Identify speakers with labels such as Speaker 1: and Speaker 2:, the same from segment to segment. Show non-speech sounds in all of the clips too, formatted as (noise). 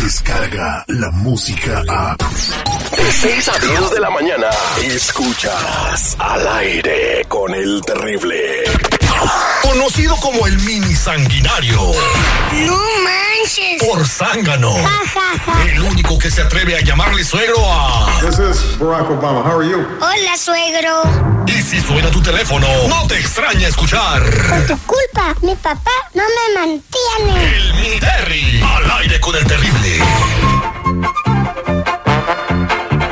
Speaker 1: Descarga la música a. De 6 a 10 de la mañana. Escuchas al aire con el terrible. Conocido como el mini sanguinario.
Speaker 2: No manches.
Speaker 1: Por zángano. El único que se atreve a llamarle suegro a.
Speaker 3: This is Barack Obama. How are you?
Speaker 2: Hola, suegro.
Speaker 1: Y si suena tu teléfono, no te extraña escuchar.
Speaker 2: Por tu culpa, mi papá no me mantiene.
Speaker 1: El mini Terry. Al aire con el terrible.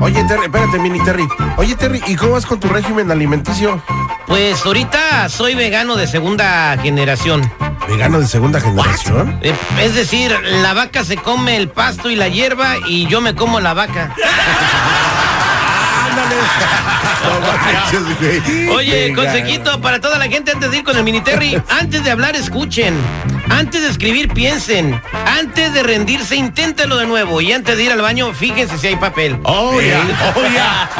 Speaker 4: Oye, Terry, espérate, mini Terry. Oye, Terry, ¿y cómo vas con tu régimen alimenticio?
Speaker 5: Pues ahorita soy vegano de segunda generación.
Speaker 4: ¿Vegano de segunda generación?
Speaker 5: Eh, Es decir, la vaca se come el pasto y la hierba y yo me como la vaca.
Speaker 4: Ándale.
Speaker 5: (laughs)
Speaker 4: No manches, güey.
Speaker 5: Oye,
Speaker 4: Venga.
Speaker 5: consejito para toda la gente antes de ir con el mini Terry. Antes de hablar, escuchen. Antes de escribir, piensen. Antes de rendirse, inténtelo de nuevo. Y antes de ir al baño, fíjense si hay papel.
Speaker 4: Oh, ya, oh, (laughs) ya.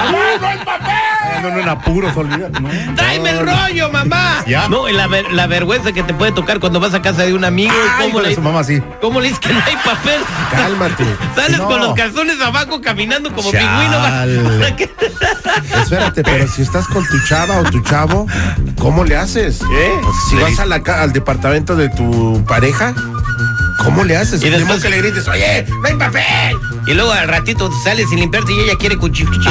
Speaker 4: No, no, en apuros, olvídate. No.
Speaker 5: ¡Tráeme el rollo, mamá!
Speaker 4: Ya.
Speaker 5: No, y la, ver- la vergüenza que te puede tocar cuando vas a casa de un amigo.
Speaker 4: Ay,
Speaker 5: ¿cómo
Speaker 4: hijo
Speaker 5: le-
Speaker 4: de su mamá, sí.
Speaker 5: ¿Cómo le dices que no hay papel?
Speaker 4: Cálmate.
Speaker 5: Sales
Speaker 4: No.
Speaker 5: con los calzones abajo caminando como
Speaker 4: Chale.
Speaker 5: pingüino. ¿Para qué?
Speaker 4: Espérate, pero si estás con tu chava o tu chavo, ¿cómo le haces?
Speaker 5: ¿Eh?
Speaker 4: Si vas a la ca- al departamento de tu pareja, ¿cómo le haces?
Speaker 5: Y después que
Speaker 4: le grites, oye, no hay papel.
Speaker 5: (laughs) Y luego al ratito sales sin limpiarte y ella quiere cuchicuchi.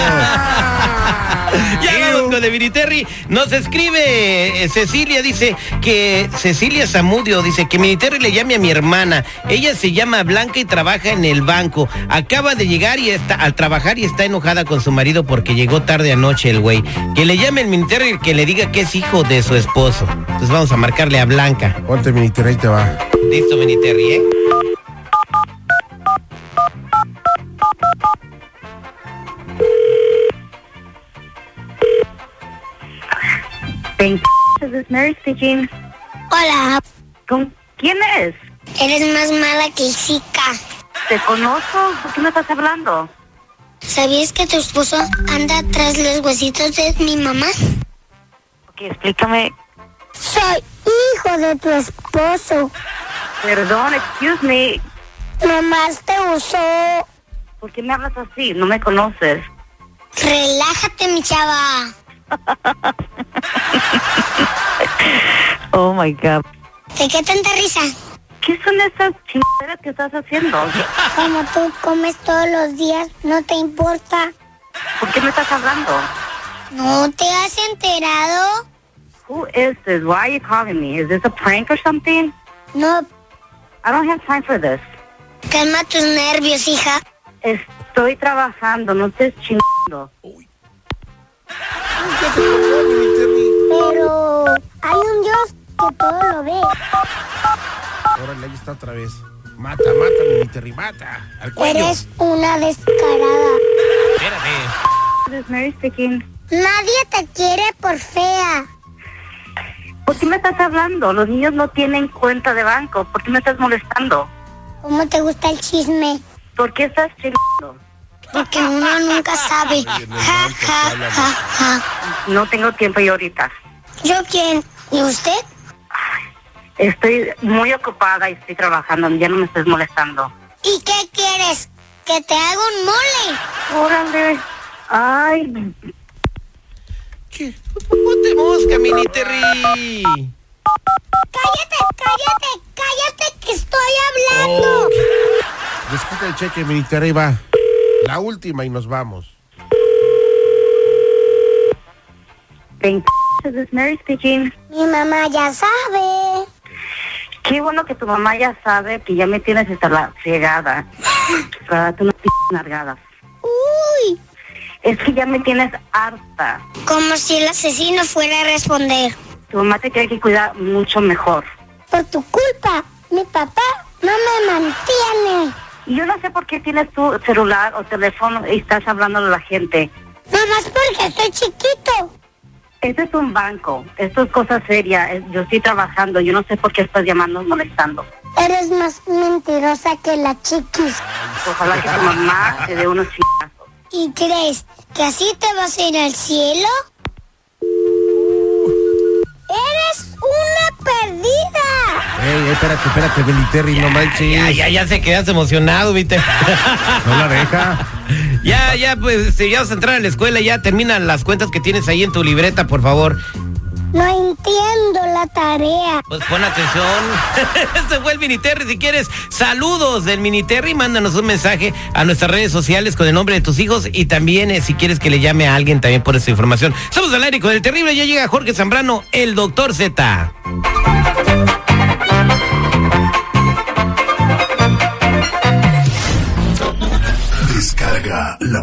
Speaker 4: Ah.
Speaker 5: (laughs) Ya vamos con Devini Terry. Nos escribe eh, Cecilia, dice que Cecilia Zamudio dice que Miniterry le llame a mi hermana. Ella se llama Blanca y trabaja en el banco. Acaba de llegar y está al trabajar y está enojada con su marido porque llegó tarde anoche el güey. Que le llame el Miniterry y que le diga que es hijo de su esposo. Entonces vamos a marcarle a Blanca.
Speaker 4: (laughs) Ponte mi ahí te va.
Speaker 5: Listo, Miniterry, ¿eh?
Speaker 6: Thank This is Mary speaking.
Speaker 2: Hola,
Speaker 6: ¿Con quién es?
Speaker 2: eres más mala que Isica.
Speaker 6: ¿Te conozco? ¿Por qué me estás hablando?
Speaker 2: ¿Sabías que tu esposo anda tras los huesitos de mi mamá?
Speaker 6: Ok, explícame.
Speaker 2: Soy hijo de tu esposo.
Speaker 6: Perdón, excuse me.
Speaker 2: Nomás te usó.
Speaker 6: ¿Por qué me hablas así? No me conoces.
Speaker 2: Relájate, mi chava.
Speaker 6: Oh my God.
Speaker 2: ¿De qué tanta risa?
Speaker 6: ¿Qué son esas chingaderas que estás haciendo?
Speaker 2: Como tú comes todos los días, no te importa.
Speaker 6: ¿Por qué me estás hablando?
Speaker 2: ¿No te has enterado?
Speaker 6: Who is this? Why are you calling me? Is this a prank or something?
Speaker 2: No,
Speaker 6: I don't have time for this.
Speaker 2: calma tus nervios, hija.
Speaker 6: Estoy trabajando, no estés chingando.
Speaker 2: Pero hay un Dios que todo lo ve.
Speaker 4: Órale, ahí está otra vez. Mata, mata, mi Terry, mata. Al cuello.
Speaker 2: Eres una descarada.
Speaker 5: Espérate.
Speaker 6: This is Mary speaking.
Speaker 2: Nadie te quiere por fea.
Speaker 6: ¿Por qué me estás hablando? Los niños no tienen cuenta de banco. ¿Por qué me estás molestando?
Speaker 2: ¿Cómo te gusta el chisme?
Speaker 6: ¿Por qué estás chingando?
Speaker 2: Porque uno nunca sabe. Ja, ja, ja, ja.
Speaker 6: No tengo tiempo yo ahorita.
Speaker 2: ¿Yo quién? ¿Y usted?
Speaker 6: Estoy muy ocupada y estoy trabajando. Ya no me estés molestando.
Speaker 2: ¿Y qué quieres? ¿Que te haga un mole?
Speaker 6: Órale. Ay,
Speaker 5: Ponte mosca, Miniterry.
Speaker 2: Cállate, cállate, cállate que estoy hablando.
Speaker 4: Les quita el cheque, militar, ahí va. La última y nos vamos.
Speaker 6: Thank This is Mary speaking.
Speaker 2: Mi mamá ya sabe.
Speaker 6: Qué bueno que tu mamá ya sabe que ya me tienes hasta la Ah, cegada. Para darte unas (laughs) p largadas.
Speaker 2: Uy,
Speaker 6: Es que ya me tienes harta.
Speaker 2: como si el asesino fuera a responder.
Speaker 6: Tu mamá te tiene que cuidar mucho mejor.
Speaker 2: Por tu culpa, mi papá no me mantiene.
Speaker 6: Y yo no sé por qué tienes tu celular o teléfono y estás hablando a la gente.
Speaker 2: Nada más porque estoy chiquito.
Speaker 6: Este es un banco. Esto es cosa seria. Es- Yo estoy trabajando. Yo no sé por qué estás llamando, molestando.
Speaker 2: Eres más mentirosa que la chiquis.
Speaker 6: Ojalá que tu mamá te dé unos chingazos.
Speaker 2: ¿Y crees que así te vas a ir al cielo? ¡Eres una perdida!
Speaker 4: Ey, espérate, espérate, Militerri, no manches.
Speaker 5: Ya, ya, ya se quedas emocionado, viste.
Speaker 4: No la deja.
Speaker 5: ya, ya, pues si ya vas a entrar a la escuela, ya termina las cuentas que tienes ahí en tu libreta, por favor.
Speaker 2: No entiendo la tarea.
Speaker 5: Pues pon atención. (laughs) este fue el Miniterri. Si quieres saludos del Miniterri, mándanos un mensaje a nuestras redes sociales con el nombre de tus hijos y también eh, si quieres que le llame a alguien también por esa información. Somos al aire con el terrible. Ya llega Jorge Zambrano, el doctor Z.
Speaker 1: Descarga la